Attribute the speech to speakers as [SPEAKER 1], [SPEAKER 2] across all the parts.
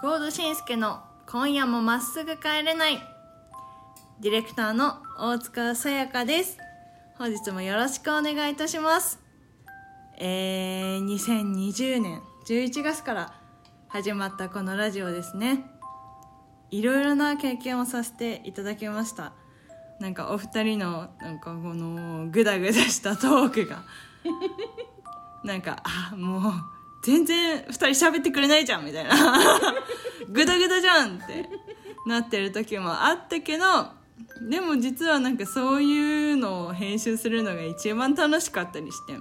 [SPEAKER 1] クオードシンスケの今夜もまっすぐ帰れないディレクターの大塚さやかです本日もよろしくお願いいたしますえー、2020年11月から始まったこのラジオですねいろいろな経験をさせていただきましたなんかお二人のなんかこのグダグダしたトークがなんかあもう全然二人喋ってくれないじゃんみたいなグダグダじゃんってなってる時もあったけどでも実はなんかそういうのを編集するのが一番楽しかったりして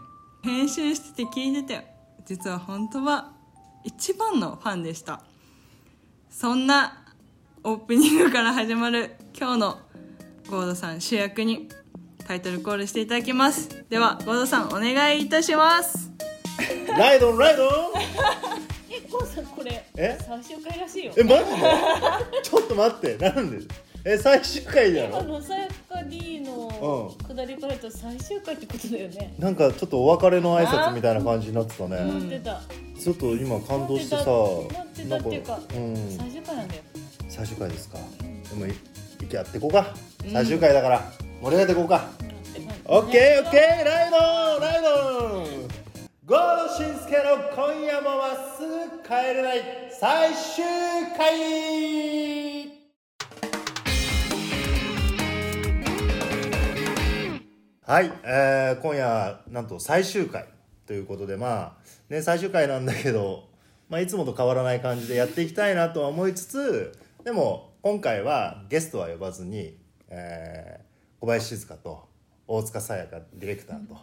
[SPEAKER 1] 編集してて聞いてて実は本当は一番のファンでしたそんなオープニングから始まる今日のゴードさん主役にタイトルコールしていただきますではゴードさんお願いいたします
[SPEAKER 2] ライドンライドン
[SPEAKER 3] え、こうさん、これ。
[SPEAKER 2] え
[SPEAKER 3] 最終回らしいよ
[SPEAKER 2] え。マジでちょっと待ってなんでえ最終回だ
[SPEAKER 3] あ
[SPEAKER 2] ろ
[SPEAKER 3] の、さやか D の下りからと最終回ってことだよね。
[SPEAKER 2] なんかちょっとお別れの挨拶みたいな感じになってた
[SPEAKER 3] 思っ
[SPEAKER 2] ね
[SPEAKER 3] てた。
[SPEAKER 2] ちょっと今感動してさ
[SPEAKER 3] 思ってた
[SPEAKER 2] な
[SPEAKER 3] 思ってた
[SPEAKER 2] ん
[SPEAKER 3] って
[SPEAKER 2] うん
[SPEAKER 3] 最終回なんだよ。
[SPEAKER 2] 最終回ですかでもいやってこうか最終回だから盛り上げてこうかオッケーオッケーライドンライドンゴードシンスケの今夜もまっすぐ帰れない最終回はい、えー今夜なんと最終回ということでまあね最終回なんだけど、まあ、いつもと変わらない感じでやっていきたいなとは思いつつでも今回はゲストは呼ばずに、えー小林静香と大塚さやかディレクター と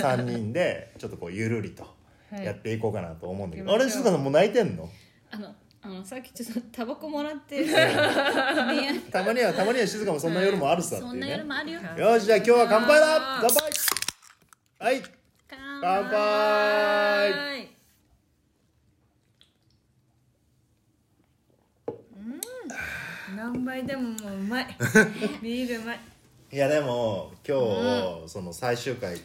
[SPEAKER 2] 3人でちょっとこうゆるりとやっていこうかなと思うんだけど、あれ静香さんもう泣いてんの
[SPEAKER 3] あの、あの、さっきちょっとタバコもらって。
[SPEAKER 2] たまにはたまには静香もそんな夜もあるさっていう
[SPEAKER 3] そんな
[SPEAKER 2] ね
[SPEAKER 3] 夜もあるよ。
[SPEAKER 2] よしじゃあ今日は乾杯だ乾杯はい
[SPEAKER 1] 乾
[SPEAKER 2] 乾杯
[SPEAKER 1] うん何杯でももうう まいビールうまい
[SPEAKER 2] いやでも今日、その最終回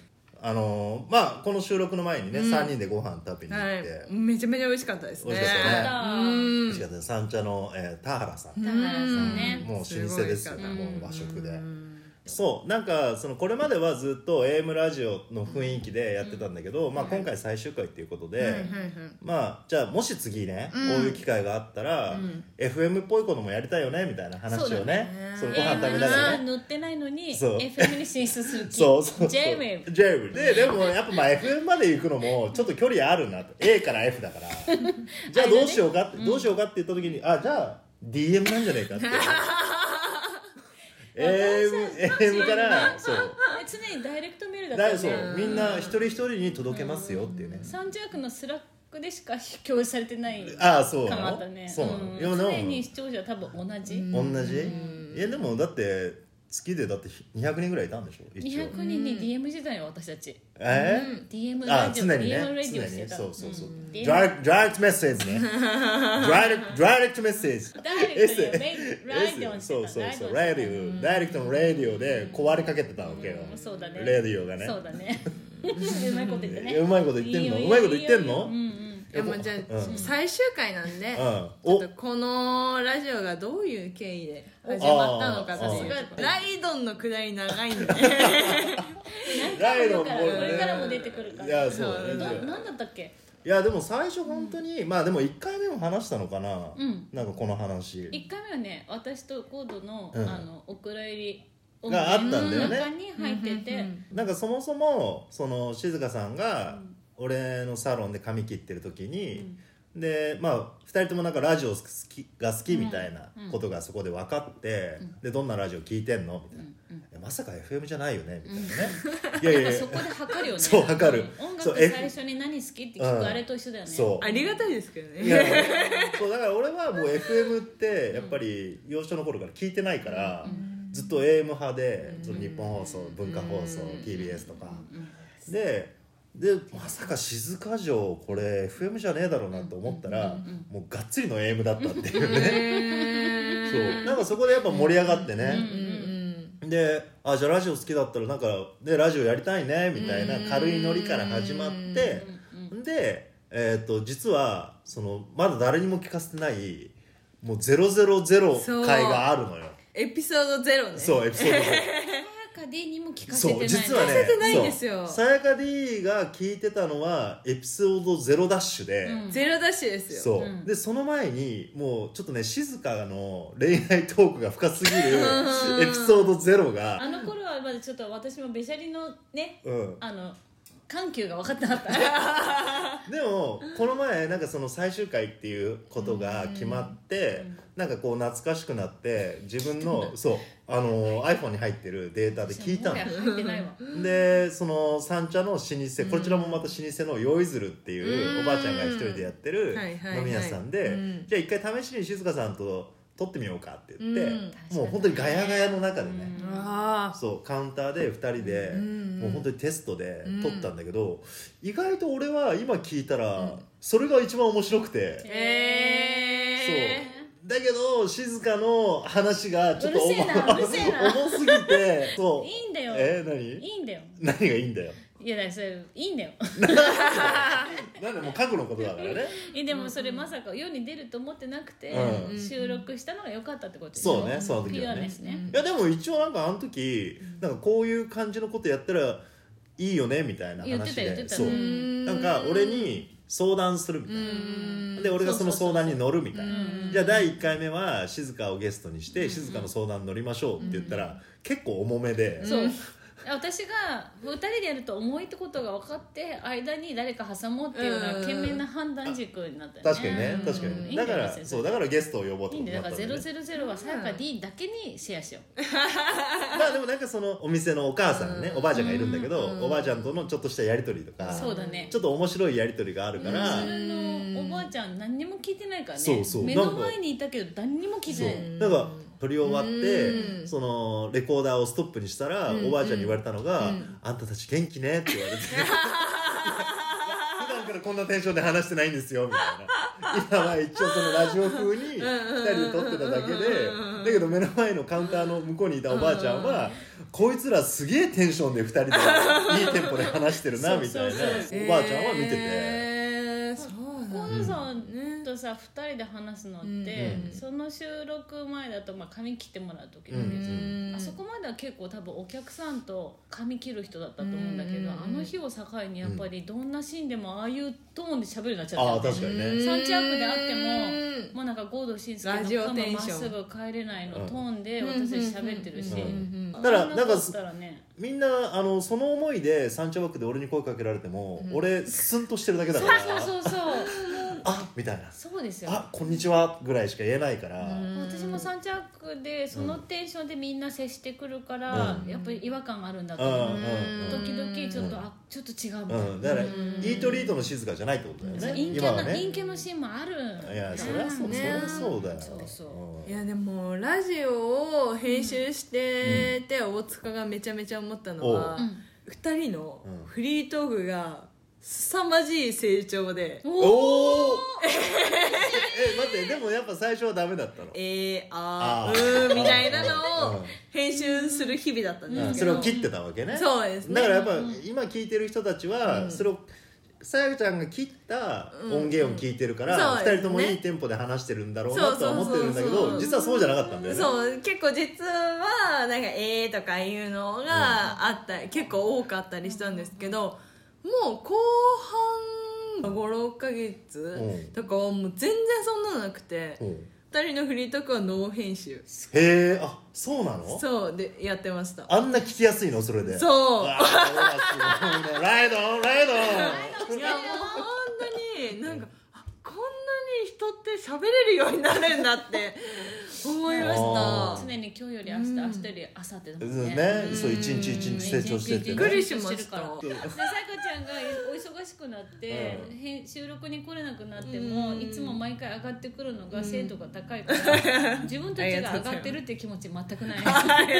[SPEAKER 2] あのーまあこの収録の前にね、3人でご飯食べに行って、
[SPEAKER 1] はいめちゃめちゃ美味しかったですね
[SPEAKER 2] 美味しかったね
[SPEAKER 1] うん
[SPEAKER 2] 美味しかったです三茶の、えー田原さん、
[SPEAKER 3] だからさね。
[SPEAKER 2] もう老舗ですよ
[SPEAKER 1] すごい美味しかった
[SPEAKER 2] もう和食で、そうなんかそのこれまではずっと AM ラジオの雰囲気でやってたんだけど、まあ、今回最終回っていうことで、まあじゃあもし次ね、こういう機会があったら、FM っぽいこともやりたいよねみたいな話をねそ
[SPEAKER 3] ご
[SPEAKER 2] のご飯食べながらね
[SPEAKER 3] 乗ってないのに、
[SPEAKER 2] そう
[SPEAKER 3] FM に進出する気。
[SPEAKER 2] そうそうそう
[SPEAKER 3] J-Wave。
[SPEAKER 2] J-Wave ででもやっぱまあ FM まで行くのもちょっと距離あるなと A から F だから じゃあどうしようかって、どうしようかって言った時にあじゃあ DM なんじゃねえ かって AM, AM からそう
[SPEAKER 3] 常にダイレクトメールだった
[SPEAKER 2] だ
[SPEAKER 3] よ
[SPEAKER 2] そ
[SPEAKER 3] ね。
[SPEAKER 2] うみんな一人一人に届けますよっていうね
[SPEAKER 3] 三十区のスラックでしか共有されてない
[SPEAKER 2] ああそう
[SPEAKER 3] 感が
[SPEAKER 2] な
[SPEAKER 3] あ
[SPEAKER 2] の
[SPEAKER 3] ったね
[SPEAKER 2] そうなの、
[SPEAKER 3] ん
[SPEAKER 2] いやでも
[SPEAKER 3] 常に視聴者は多分同じ、
[SPEAKER 2] 同じいやでもだって月でだって200人ぐらいいたんでしょ一応
[SPEAKER 3] 200人に DM してたよ私たち、
[SPEAKER 2] えー
[SPEAKER 3] DM
[SPEAKER 2] あ
[SPEAKER 3] ラジ
[SPEAKER 2] 常
[SPEAKER 3] オ、
[SPEAKER 2] に
[SPEAKER 3] DM
[SPEAKER 2] ね
[SPEAKER 3] ラジ
[SPEAKER 2] 常
[SPEAKER 3] オ
[SPEAKER 2] に
[SPEAKER 3] して
[SPEAKER 2] ね
[SPEAKER 3] た
[SPEAKER 2] そうそうそう、
[SPEAKER 3] で
[SPEAKER 2] ダイレクトダイレクトメッセー ジねダイレクトダイレクトメッセージ
[SPEAKER 3] ダイレクトにねラジオにし
[SPEAKER 2] そ
[SPEAKER 3] てた
[SPEAKER 2] うそうそう
[SPEAKER 3] ラ
[SPEAKER 2] ラ
[SPEAKER 3] ジ
[SPEAKER 2] デ
[SPEAKER 3] オにして
[SPEAKER 2] ィオダイレクトのラディオで壊れかけてたわけよ
[SPEAKER 3] たそうだね
[SPEAKER 2] ラディオがね
[SPEAKER 3] そうだ ねうまいこと言ってね
[SPEAKER 2] うまいこと言ってんのうまいこと言ってんの
[SPEAKER 3] うんうん
[SPEAKER 1] いやもうじゃあ、
[SPEAKER 2] うん
[SPEAKER 1] 最終回なんで、
[SPEAKER 2] うん
[SPEAKER 1] ちょっとこのラジオがどういう経緯で始まったのかっていう
[SPEAKER 2] あ
[SPEAKER 3] ー
[SPEAKER 1] ライドンのくだり長い んで
[SPEAKER 2] ライド
[SPEAKER 3] だからこれからも出てくるから
[SPEAKER 2] いやそうだね
[SPEAKER 3] ななんだったっけ
[SPEAKER 2] いやでも最初本当に、まあでも1回目も話したのかな、
[SPEAKER 3] ん
[SPEAKER 2] なんかこの話
[SPEAKER 3] 一回目はね私とコードの,、
[SPEAKER 2] うん
[SPEAKER 3] あのお蔵入り音
[SPEAKER 2] があったんだよね
[SPEAKER 3] 源の中に入ってて、
[SPEAKER 2] なんかそもそもその静香さんが俺のサロンで髪切ってる時に、でまあ2人ともなんかラジオ好きが好きみたいなことがそこで分かって、でどんなラジオ聞いてんのみたいな、えまさか FM じゃないよねみたいなね、いやいやいや
[SPEAKER 3] そこで測るよね
[SPEAKER 2] そう測る
[SPEAKER 3] 音
[SPEAKER 2] そう
[SPEAKER 3] 楽
[SPEAKER 2] F-
[SPEAKER 3] 最初に何好きって聞
[SPEAKER 2] う
[SPEAKER 3] く
[SPEAKER 2] ん
[SPEAKER 3] あれと一緒だよね
[SPEAKER 2] そう
[SPEAKER 1] ありがたいですけど
[SPEAKER 2] い
[SPEAKER 1] ね
[SPEAKER 2] やそうだから俺はもう FM ってやっぱり幼少の頃から聞いてないからずっと AM 派でその日本放送文化放送 TBS とかででまさか静か城これ FM じゃねえだろうなと思ったらもうがっつりの AM だったっていうねそうなんかそこでやっぱ盛り上がってねであじゃあラジオ好きだったらなんかでラジオやりたいねみたいな軽いノリから始まってでえー、と実はそのまだ誰にも聞かせてないもう000回があるのよ
[SPEAKER 1] エピソードゼロね
[SPEAKER 2] そうエピソード
[SPEAKER 3] さやかでにも聞かせ
[SPEAKER 2] そ
[SPEAKER 3] てな
[SPEAKER 2] う
[SPEAKER 3] い
[SPEAKER 2] 実は
[SPEAKER 1] 聞かせてないん
[SPEAKER 2] ね
[SPEAKER 1] ですよ
[SPEAKER 2] そうさやか D が聞いてたのはエピソードゼロダッシュで、
[SPEAKER 3] うん
[SPEAKER 1] ゼロダッシュですよ
[SPEAKER 2] そう、
[SPEAKER 3] うん
[SPEAKER 2] でその前にもうちょっとね静かの恋愛トークが深すぎる
[SPEAKER 1] うん
[SPEAKER 2] エピソードゼロが、
[SPEAKER 3] あの頃はまだちょっと私もべしゃりのね
[SPEAKER 2] うん、
[SPEAKER 3] あの緩急が分かってなかった
[SPEAKER 2] でもこの前なんかその最終回っていうことが決まって、なんかこう懐かしくなって自分のそうあの iPhone に入ってるデータで 聞いた
[SPEAKER 3] もはや
[SPEAKER 2] の
[SPEAKER 3] 入ってないわ
[SPEAKER 2] でその三茶の老舗こちらもまた老舗の酔いずるっていううんおばあちゃんが一人でやってる
[SPEAKER 1] はいはいはい
[SPEAKER 2] 飲み屋さんで
[SPEAKER 1] うん
[SPEAKER 2] じゃあ一回試しに静香さんと撮ってみようかって言って
[SPEAKER 3] うん
[SPEAKER 2] もう本当にガヤガヤの中でね
[SPEAKER 3] うん
[SPEAKER 1] ああ
[SPEAKER 2] そうカウンターで2人で、
[SPEAKER 1] うん
[SPEAKER 2] もう本当にテストで撮ったんだけど、意外と俺は今聞いたら、それが一番面白くて、
[SPEAKER 1] ええ
[SPEAKER 2] そうだけど静かの話がちょっと
[SPEAKER 3] うるせえなうるせえな
[SPEAKER 2] 重すぎてそう
[SPEAKER 3] いいんだよ
[SPEAKER 2] え
[SPEAKER 3] い
[SPEAKER 2] 何
[SPEAKER 3] いんだよ
[SPEAKER 2] 何がいいん だよ
[SPEAKER 3] いやだからそれいいんだよ
[SPEAKER 2] なんでもう過去のことだからね
[SPEAKER 3] えでもそれまさか世に出ると思ってなくて、
[SPEAKER 2] うん
[SPEAKER 3] 収録したのが良かったってこと
[SPEAKER 2] そうねその時
[SPEAKER 3] ピュ
[SPEAKER 2] は
[SPEAKER 3] ア
[SPEAKER 2] ね
[SPEAKER 3] ですね、
[SPEAKER 2] いやでも一応なんかあの時なんかこういう感じのことやったらいいよねみたいな
[SPEAKER 3] 言って
[SPEAKER 2] 話
[SPEAKER 3] た言って
[SPEAKER 2] で
[SPEAKER 3] た
[SPEAKER 2] そううなんか俺に相談するみたいな。
[SPEAKER 1] うん
[SPEAKER 2] で俺がその相談に乗るみたいな
[SPEAKER 1] うん
[SPEAKER 2] じゃあ第1回目は静香をゲストにして静香の相談に乗りましょうって言ったら結構重めで
[SPEAKER 3] そう私が2人でやると重いってことが分かって間に誰か挟もうっていうのは懸命な判断軸になったよね
[SPEAKER 2] 確かにね
[SPEAKER 3] うん
[SPEAKER 2] 確か
[SPEAKER 3] いい
[SPEAKER 2] に
[SPEAKER 3] んだ
[SPEAKER 2] だ
[SPEAKER 3] よ
[SPEAKER 2] から
[SPEAKER 3] 別に
[SPEAKER 2] そうだからゲストを呼ぼうって
[SPEAKER 3] いい
[SPEAKER 2] ことに
[SPEAKER 3] んだ
[SPEAKER 2] な
[SPEAKER 3] よ
[SPEAKER 2] っ
[SPEAKER 3] だ
[SPEAKER 2] た
[SPEAKER 3] か
[SPEAKER 2] ん
[SPEAKER 3] ら
[SPEAKER 2] だよね
[SPEAKER 3] 000はさやか D だけにシェアしよう
[SPEAKER 2] まあでもなんかそのお店のお母さんねおばあちゃんがいるんだけ
[SPEAKER 1] うん
[SPEAKER 2] どおばあちゃんとのちょっとしたやり取りとか
[SPEAKER 3] そうだね
[SPEAKER 2] ちょっと面白いやり取りがあるか
[SPEAKER 3] 自
[SPEAKER 2] ら
[SPEAKER 3] 分のおばあちゃん何にも聞いてないからね
[SPEAKER 2] そうそう
[SPEAKER 3] 目
[SPEAKER 2] な
[SPEAKER 3] の
[SPEAKER 2] んか
[SPEAKER 3] 前にいたけど何にも聞いて
[SPEAKER 2] そう
[SPEAKER 3] な
[SPEAKER 1] う
[SPEAKER 3] い
[SPEAKER 1] ん
[SPEAKER 2] だから撮り終わっ
[SPEAKER 1] う
[SPEAKER 2] て
[SPEAKER 1] ん
[SPEAKER 2] そのレコーダーをストップにしたら
[SPEAKER 1] うん
[SPEAKER 2] おばあちゃんに言われたのが
[SPEAKER 1] うん
[SPEAKER 2] 「あんたたち元気ね」って 言われていや「普段からこんなテンションで話してないんですよ」みたいな今は一応そのラジオ風に2人で撮ってただけで
[SPEAKER 1] うん
[SPEAKER 2] だけど目の前のカウンターの向こうにいたおばあちゃんは「こいつらすげえテンションで2人でいいテンポで話してるな」みたいな
[SPEAKER 3] そうそうそ
[SPEAKER 2] おばあちゃんは見てて。
[SPEAKER 1] えー、そう
[SPEAKER 3] 河
[SPEAKER 1] なん
[SPEAKER 3] 野
[SPEAKER 1] だ
[SPEAKER 3] さんとさ2人で話すのって
[SPEAKER 2] うん
[SPEAKER 3] その収録前だとまあ髪切ってもらう時だ
[SPEAKER 2] う
[SPEAKER 3] け
[SPEAKER 2] ん
[SPEAKER 3] あそこまでは結構多分お客さんと髪切る人だったと思うんだけど
[SPEAKER 1] うん
[SPEAKER 3] あの日を境にやっぱりどんなシーンでもああいうトーンで喋るようになっちゃ
[SPEAKER 2] あ
[SPEAKER 3] っ
[SPEAKER 2] あ
[SPEAKER 3] たよ
[SPEAKER 2] 確
[SPEAKER 3] ね
[SPEAKER 2] かにね
[SPEAKER 3] サンチャークであって
[SPEAKER 1] うん
[SPEAKER 3] ももうなんか郷土真介
[SPEAKER 1] ラジ
[SPEAKER 3] の
[SPEAKER 1] オ
[SPEAKER 3] 「
[SPEAKER 1] テ
[SPEAKER 3] ま
[SPEAKER 1] ン
[SPEAKER 3] まっ
[SPEAKER 1] ション
[SPEAKER 3] すぐ帰れない」の
[SPEAKER 2] うん
[SPEAKER 3] トーンで私たち喋ってるし
[SPEAKER 1] うんうんうん
[SPEAKER 2] だからなんか
[SPEAKER 3] あったらね
[SPEAKER 2] みんなあのその思いで山頂バックで俺に声かけられても、俺スンとしてるだけだから
[SPEAKER 3] そうそうそうそう
[SPEAKER 2] あみたいな
[SPEAKER 3] そうですよ
[SPEAKER 2] あこんにちはぐらいしか言えないから、
[SPEAKER 3] 私も三着でそのテンションでみんな接してくるから、
[SPEAKER 2] うん
[SPEAKER 3] やっぱり違和感があるんだと
[SPEAKER 2] うん
[SPEAKER 3] 思う、
[SPEAKER 2] う
[SPEAKER 3] 時々ちょっと、
[SPEAKER 2] うん
[SPEAKER 3] あちょっと違うみた
[SPEAKER 2] ん
[SPEAKER 3] いな、
[SPEAKER 2] うんだから、イートリートの静かじゃないってことだよね
[SPEAKER 3] そう陰キ
[SPEAKER 2] 今
[SPEAKER 3] ャな、
[SPEAKER 2] はね
[SPEAKER 3] 陰
[SPEAKER 2] い
[SPEAKER 3] キャのシーンもある
[SPEAKER 2] やそりゃそう、
[SPEAKER 1] ね
[SPEAKER 2] そりゃそうだよ
[SPEAKER 3] そうそう
[SPEAKER 1] いやでもラジオを編集してて大塚がめちゃめちゃ思ったのは
[SPEAKER 2] お
[SPEAKER 3] うん
[SPEAKER 1] 二人の
[SPEAKER 2] うん
[SPEAKER 1] フリートークが凄まじい成長で
[SPEAKER 2] おおー え待ってでもやっぱ最初はダメだったの
[SPEAKER 1] 「えー、あ
[SPEAKER 2] あ
[SPEAKER 1] ー
[SPEAKER 2] ー
[SPEAKER 1] うーん」みたいなの
[SPEAKER 2] う
[SPEAKER 1] を
[SPEAKER 2] ん
[SPEAKER 1] 編集する日々だったん
[SPEAKER 2] う
[SPEAKER 1] で
[SPEAKER 2] ん
[SPEAKER 1] すけ
[SPEAKER 2] それ
[SPEAKER 1] ど、
[SPEAKER 2] を切ってたわけね
[SPEAKER 1] そうですね
[SPEAKER 2] だからやっぱ今聞いてる人たちはそれをさやかちゃんが切った音源を聞いてるから
[SPEAKER 1] うんそうです
[SPEAKER 2] 二
[SPEAKER 1] ね
[SPEAKER 2] 人ともいいテンポで話してるんだろうなとは思ってるんだけ
[SPEAKER 1] そうそうそうそ
[SPEAKER 2] ど
[SPEAKER 1] う
[SPEAKER 2] 実はそうじゃなかったんだよね
[SPEAKER 1] そう結構実はなんか「えー」とかいうのがあった、結構多かったりしたんですけどもう後半56ヶ月
[SPEAKER 2] うん
[SPEAKER 1] とかはもう全然そんなのなくて
[SPEAKER 2] うん
[SPEAKER 1] 二人のフリートークはノー編集
[SPEAKER 2] へえあそうなの
[SPEAKER 1] そうでやってました
[SPEAKER 2] あんな聞きやすいのそれで
[SPEAKER 1] そう
[SPEAKER 2] わあすごいねライドンライドン
[SPEAKER 1] いやもう本当になんかあこんなに人って喋れるようになるんだって思いま
[SPEAKER 2] あ
[SPEAKER 1] し
[SPEAKER 3] 常に今日より明日、
[SPEAKER 1] うん
[SPEAKER 3] 明日より明後日
[SPEAKER 2] う
[SPEAKER 3] だも
[SPEAKER 2] ん
[SPEAKER 3] ね
[SPEAKER 2] んねそう一日一日成長してって
[SPEAKER 1] びっくり
[SPEAKER 2] ね
[SPEAKER 1] しました
[SPEAKER 3] でさやかちゃんがお忙しくなって、
[SPEAKER 2] う
[SPEAKER 3] へん収録に来れなくなっても、
[SPEAKER 1] うん
[SPEAKER 3] いつも毎回上がってくるのが精度が高い から、自分たちが上がってるって気持ち全くない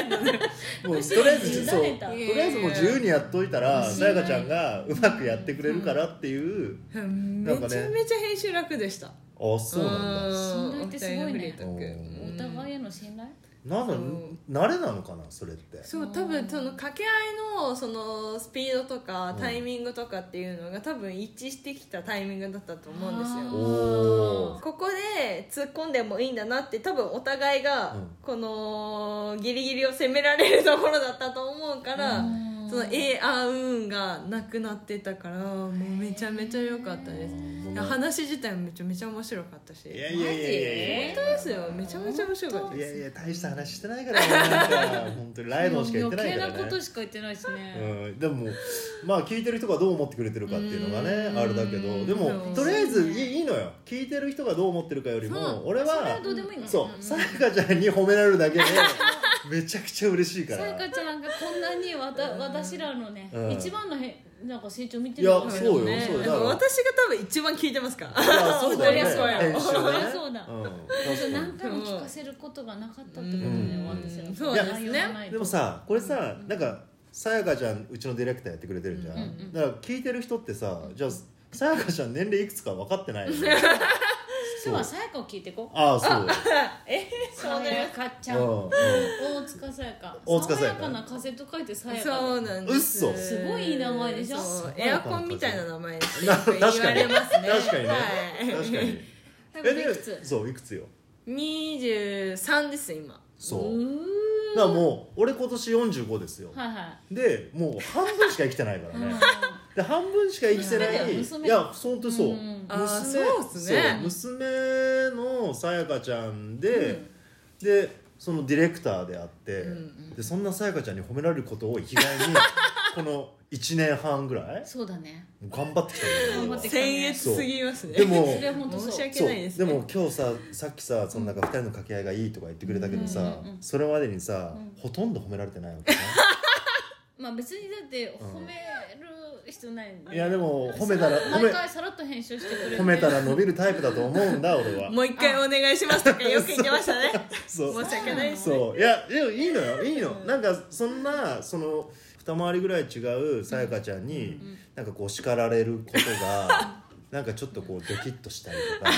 [SPEAKER 2] もうとりあえずそうと
[SPEAKER 3] 委ねた
[SPEAKER 2] りあえずもう自由にやっといたらさやかちゃんがうまくやってくれるからっていう
[SPEAKER 1] ためちゃめちゃ編集楽でした
[SPEAKER 2] あそうなんだ
[SPEAKER 1] う
[SPEAKER 3] 信頼ってすごいね
[SPEAKER 1] お二人のフリートーク
[SPEAKER 2] うん
[SPEAKER 3] お互いへの信頼
[SPEAKER 2] なんだろう慣れなのかなそれって
[SPEAKER 1] そう多分その掛け合いのそのスピードとか
[SPEAKER 2] うん
[SPEAKER 1] タイミングとかっていうのが多分一致してきたタイミングだったと思うんです
[SPEAKER 3] あ
[SPEAKER 1] よ
[SPEAKER 3] ー
[SPEAKER 2] おー
[SPEAKER 1] ここで突っ込んでもいいんだなって多分お互いが
[SPEAKER 2] うん
[SPEAKER 1] このギリギリを攻められるところだったと思うから、
[SPEAKER 3] うん
[SPEAKER 1] その「えーあーうん」がなくなってたからもうめちゃめちゃ良かったです
[SPEAKER 2] うん
[SPEAKER 1] 話自体もめちゃめちゃ面白かったし
[SPEAKER 2] いやいやいやいやいや
[SPEAKER 1] 本当ですよめちゃめちゃ面白かった
[SPEAKER 2] い
[SPEAKER 1] で
[SPEAKER 2] や
[SPEAKER 1] す
[SPEAKER 2] いや大した話してないからねなんか本当にライドンしか言ってないからね
[SPEAKER 3] 余計なことしか言ってないしね、
[SPEAKER 2] うん、でもまあ聞いてる人がどう思ってくれてるかっていうのがね
[SPEAKER 3] うん
[SPEAKER 2] あれだけどでも
[SPEAKER 1] そう
[SPEAKER 2] とりあえずいいいいのよ聞いてる人がどう思ってるかより
[SPEAKER 1] そう
[SPEAKER 2] も俺
[SPEAKER 3] それは
[SPEAKER 2] は
[SPEAKER 3] どうでもいいの
[SPEAKER 2] そうさやかちゃんに褒められるだけでめちゃくちゃ嬉しいか
[SPEAKER 3] さ
[SPEAKER 2] ら
[SPEAKER 3] やかちゃんがこんなにわた私らのね、
[SPEAKER 2] うん
[SPEAKER 3] 一番のへなんか成長見てるわけだもん
[SPEAKER 2] いや
[SPEAKER 3] ね
[SPEAKER 2] そうよ
[SPEAKER 1] でも私が多分一番聞いてますから
[SPEAKER 2] いやそうだよ
[SPEAKER 1] そりゃ
[SPEAKER 2] ね
[SPEAKER 1] そうや
[SPEAKER 2] 編集でね
[SPEAKER 3] そりゃそうだ
[SPEAKER 2] うん
[SPEAKER 3] そう
[SPEAKER 2] 確かに
[SPEAKER 3] 何回も聞かせることがなかったってことだよ
[SPEAKER 2] うん
[SPEAKER 3] ね、私らの
[SPEAKER 1] そう
[SPEAKER 2] です
[SPEAKER 1] ね
[SPEAKER 3] 内容がないと
[SPEAKER 2] でもさこれさなんかさやかちゃんうちのディレクターやってくれてるじゃん、
[SPEAKER 3] うんうんうん
[SPEAKER 2] だから聞いてる人ってさじゃあさやかちゃん年齢いくつか分かってないよ ね
[SPEAKER 3] 今日はさやかを聞いていこう
[SPEAKER 2] ああそう
[SPEAKER 1] え
[SPEAKER 3] さやかちゃん
[SPEAKER 2] うんうん
[SPEAKER 3] 大塚さやか
[SPEAKER 2] 大塚さやか
[SPEAKER 3] 爽やかな風と書いてさやか
[SPEAKER 1] そうなんです
[SPEAKER 2] 嘘
[SPEAKER 3] すごいいい名前でしょ
[SPEAKER 1] そう
[SPEAKER 2] そう
[SPEAKER 1] エアコンみたいな名前ですね
[SPEAKER 2] な
[SPEAKER 1] よく
[SPEAKER 2] 確かに
[SPEAKER 1] 言われますね
[SPEAKER 2] 確かにね、
[SPEAKER 1] は
[SPEAKER 2] 確か に
[SPEAKER 3] 多
[SPEAKER 2] え
[SPEAKER 3] 分い
[SPEAKER 2] で
[SPEAKER 3] くつ
[SPEAKER 2] そういくつよ
[SPEAKER 1] い、23です今
[SPEAKER 2] そう
[SPEAKER 3] ー
[SPEAKER 2] だからもう俺今年45ですよ、
[SPEAKER 3] はいはい
[SPEAKER 2] でもう半分しか生きてないからねで半分しか生きてない
[SPEAKER 3] 娘だよ娘
[SPEAKER 2] いや本当そう、
[SPEAKER 3] うん
[SPEAKER 2] 娘
[SPEAKER 1] あーそうっすね
[SPEAKER 2] そう娘のさやかちゃんで、でそのディレクターであって、
[SPEAKER 1] んう
[SPEAKER 2] でそんなさやかちゃんに褒められることを生きがいに この1年半ぐらい
[SPEAKER 3] そうだね
[SPEAKER 2] 頑張ってきたんだけ
[SPEAKER 3] 頑張
[SPEAKER 2] ど
[SPEAKER 3] ってき
[SPEAKER 1] 僭越すぎますね
[SPEAKER 2] でも
[SPEAKER 3] それは本当そう
[SPEAKER 1] 申し訳
[SPEAKER 2] そう
[SPEAKER 1] ないですね
[SPEAKER 2] も今日ささっきさそのなんか2人の掛け合いがいいとか言ってくれたけどさ、
[SPEAKER 3] うんうんうん
[SPEAKER 2] それまでにさ、
[SPEAKER 3] う
[SPEAKER 2] ほとんど褒められてないわけね
[SPEAKER 3] まあ別にだって褒める必要ないん
[SPEAKER 2] いやでも褒めたら褒め
[SPEAKER 3] 毎回さらっと編集してくれる
[SPEAKER 2] 褒めたら伸びるタイプだと思うんだ俺は
[SPEAKER 1] もう一回お願いしますとかよく言ってましたね
[SPEAKER 2] そう
[SPEAKER 1] 申し訳ないですね
[SPEAKER 2] そういやでもいいのよいいのなんかそんなその二回りぐらい違うさやかちゃんに、なんかこう叱られることがなんかちょっとこうドキッとしたりとか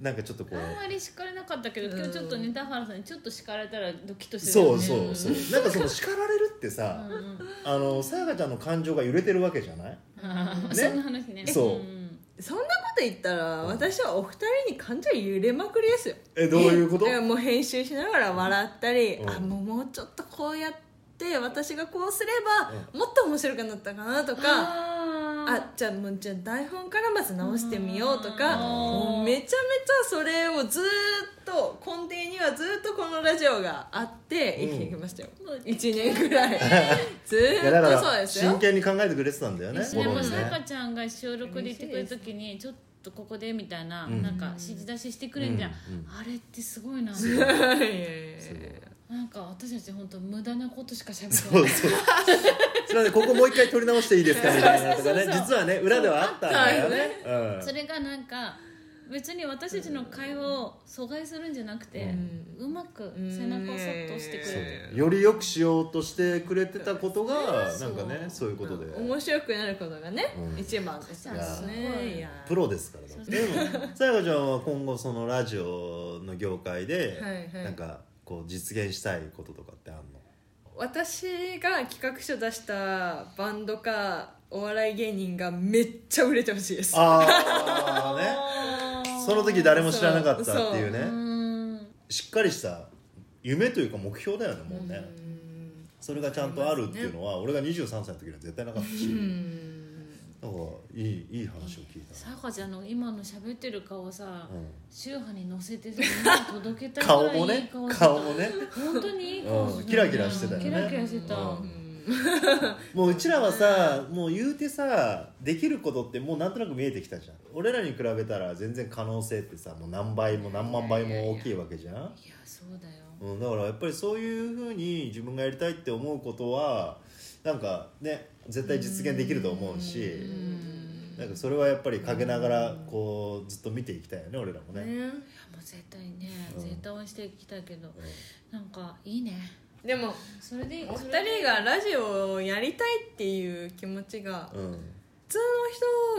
[SPEAKER 2] なんかちょっとこ
[SPEAKER 3] あんま
[SPEAKER 2] う
[SPEAKER 3] り叱れなかったけど今日ちょっとね田原さんにちょっと叱られたらドキッとする
[SPEAKER 2] そ
[SPEAKER 3] よ
[SPEAKER 2] う
[SPEAKER 3] ね
[SPEAKER 2] そうそうなんかその叱られるってさ
[SPEAKER 3] うんうん
[SPEAKER 2] あのさやかちゃんの感情が揺れてるわけじゃない
[SPEAKER 3] あ
[SPEAKER 2] ね
[SPEAKER 3] ーそんな話ね
[SPEAKER 2] そうん
[SPEAKER 1] そんなこと言ったら私はお二人に感情揺れまくりですよ
[SPEAKER 2] えどういうこと
[SPEAKER 1] だからもう編集しながら笑ったり、
[SPEAKER 2] うん
[SPEAKER 1] あもうもうちょっとこうやって私がこうすれば、
[SPEAKER 2] う
[SPEAKER 1] もっと面白くなったかなとか
[SPEAKER 3] あー
[SPEAKER 1] あじゃあもうじゃあ台本からまず直してみようとか
[SPEAKER 3] うん
[SPEAKER 1] もうめちゃめちゃそれをずーっと根底にはずーっとこのラジオがあって生きてきましたよ、
[SPEAKER 3] うん
[SPEAKER 1] 1年ぐ らいず
[SPEAKER 2] いやだか
[SPEAKER 1] ーっとそう
[SPEAKER 2] ら
[SPEAKER 1] ですよ
[SPEAKER 2] 真剣に考えてくれてたんだよね
[SPEAKER 3] で
[SPEAKER 2] 頃
[SPEAKER 3] も
[SPEAKER 2] に
[SPEAKER 3] さやか
[SPEAKER 2] ね
[SPEAKER 3] ちゃんが収録で言ってくれた時にちょっとここでみたいな、
[SPEAKER 2] うん
[SPEAKER 3] なんか指示出ししてくれんじゃん、
[SPEAKER 2] うんうん
[SPEAKER 3] あれってすごい な
[SPEAKER 1] いやいやいや
[SPEAKER 2] すごい
[SPEAKER 3] なんか私たち本当無駄なことしかしゃべって
[SPEAKER 2] そ
[SPEAKER 3] な
[SPEAKER 2] う
[SPEAKER 3] い
[SPEAKER 2] そうすいませんここもう一回取り直していいですかみたいなとかね実はね裏ではあったんだよねうん
[SPEAKER 3] それがなんか別に私たちの会話を阻害するんじゃなくて、うまく背中をそっと押してくれて、
[SPEAKER 2] そうより良くしようとしてくれてたことがな
[SPEAKER 3] そ
[SPEAKER 2] ん
[SPEAKER 3] う
[SPEAKER 2] かねそういうことで
[SPEAKER 1] 面白くなることがね、
[SPEAKER 2] うん
[SPEAKER 1] 一番ですよ
[SPEAKER 3] いや
[SPEAKER 1] ねいや
[SPEAKER 2] プロですからだってでもさやかちゃんは今後そのラジオの業界で
[SPEAKER 1] はいはい
[SPEAKER 2] なんかこう実現したいこととかってあんの
[SPEAKER 1] 私が企画書出したバンドかお笑い芸人がめっちゃ売れてほしいです
[SPEAKER 2] ああねその時誰も知らなかったっていう
[SPEAKER 3] う
[SPEAKER 2] ね
[SPEAKER 3] ーん
[SPEAKER 2] しっかりした夢というか目標だよねもうね
[SPEAKER 1] うん
[SPEAKER 2] それがちゃんとあるっていうのは俺が23歳の時には絶対なかったし
[SPEAKER 1] うん
[SPEAKER 2] なんかいいいい話を聞いた
[SPEAKER 3] さやかちゃんの今の喋ってる顔さ、
[SPEAKER 2] うん
[SPEAKER 3] 宗派に乗せてさみんなに届けたい
[SPEAKER 2] 顔
[SPEAKER 3] ぐ
[SPEAKER 2] も
[SPEAKER 3] らいいい
[SPEAKER 2] ね
[SPEAKER 3] 顔してた
[SPEAKER 2] 顔もね
[SPEAKER 3] 本当にいい顔してた
[SPEAKER 2] うんキラキラしてたよね
[SPEAKER 3] キラキラしてた、
[SPEAKER 2] うんもううちらはさもう言うてさできることってもうなんとなく見えてきたじゃん俺らに比べたら全然可能性ってさもう何倍も何万倍も大きいわけじゃん
[SPEAKER 3] いやそうだよ
[SPEAKER 2] うん、だからやっぱりそういうふうに自分がやりたいって思うことはなんかね絶対実現できると思うしなんかそれはやっぱり陰ながらこうずっと見ていきたいよね俺らもね。
[SPEAKER 1] ね
[SPEAKER 3] いやもう絶対ね、
[SPEAKER 2] うん
[SPEAKER 3] 絶対応援していきたいけどなんかいいね
[SPEAKER 1] でも
[SPEAKER 3] それで
[SPEAKER 1] お二人がラジオをやりたいっていう気持ちが
[SPEAKER 2] うんうん
[SPEAKER 4] 通